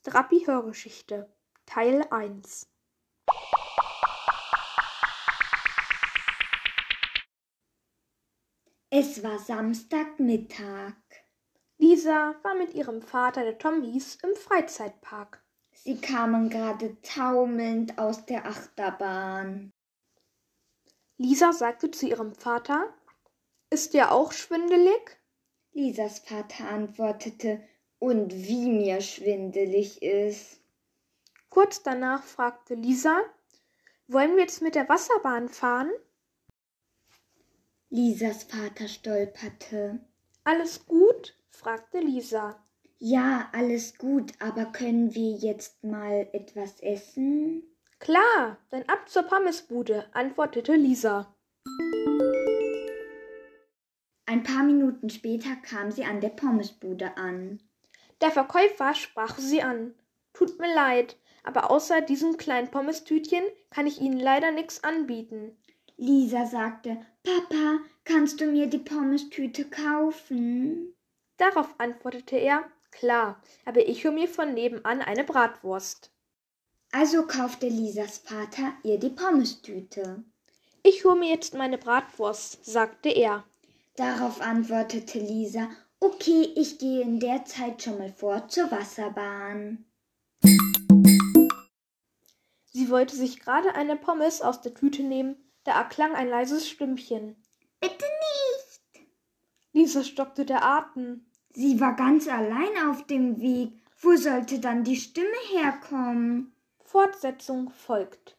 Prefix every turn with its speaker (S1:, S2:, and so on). S1: Strappi-Hörgeschichte Teil eins
S2: Es war Samstagmittag.
S1: Lisa war mit ihrem Vater, der Tom hieß, im Freizeitpark.
S2: Sie kamen gerade taumelnd aus der Achterbahn.
S1: Lisa sagte zu ihrem Vater, ist dir auch schwindelig?
S2: Lisas Vater antwortete, und wie mir schwindelig ist.
S1: Kurz danach fragte Lisa, wollen wir jetzt mit der Wasserbahn fahren?
S2: Lisas Vater stolperte.
S1: Alles gut? fragte Lisa.
S2: Ja, alles gut, aber können wir jetzt mal etwas essen?
S1: Klar, dann ab zur Pommesbude, antwortete Lisa.
S2: Ein paar Minuten später kam sie an der Pommesbude an.
S1: Der Verkäufer sprach sie an. Tut mir leid, aber außer diesem kleinen Pommestütchen kann ich Ihnen leider nichts anbieten.
S2: Lisa sagte, Papa, kannst du mir die Pommes-Tüte kaufen?
S1: Darauf antwortete er, klar, aber ich hole mir von nebenan eine Bratwurst.
S2: Also kaufte Lisas Vater ihr die Pommes-Tüte.
S1: Ich hole mir jetzt meine Bratwurst, sagte er.
S2: Darauf antwortete Lisa, okay, ich gehe in der Zeit schon mal vor zur Wasserbahn.
S1: Sie wollte sich gerade eine Pommes aus der Tüte nehmen, da erklang ein leises Stimmchen.
S2: Bitte nicht!
S1: Lisa stockte der Atem.
S2: Sie war ganz allein auf dem Weg. Wo sollte dann die Stimme herkommen?
S1: Fortsetzung folgt.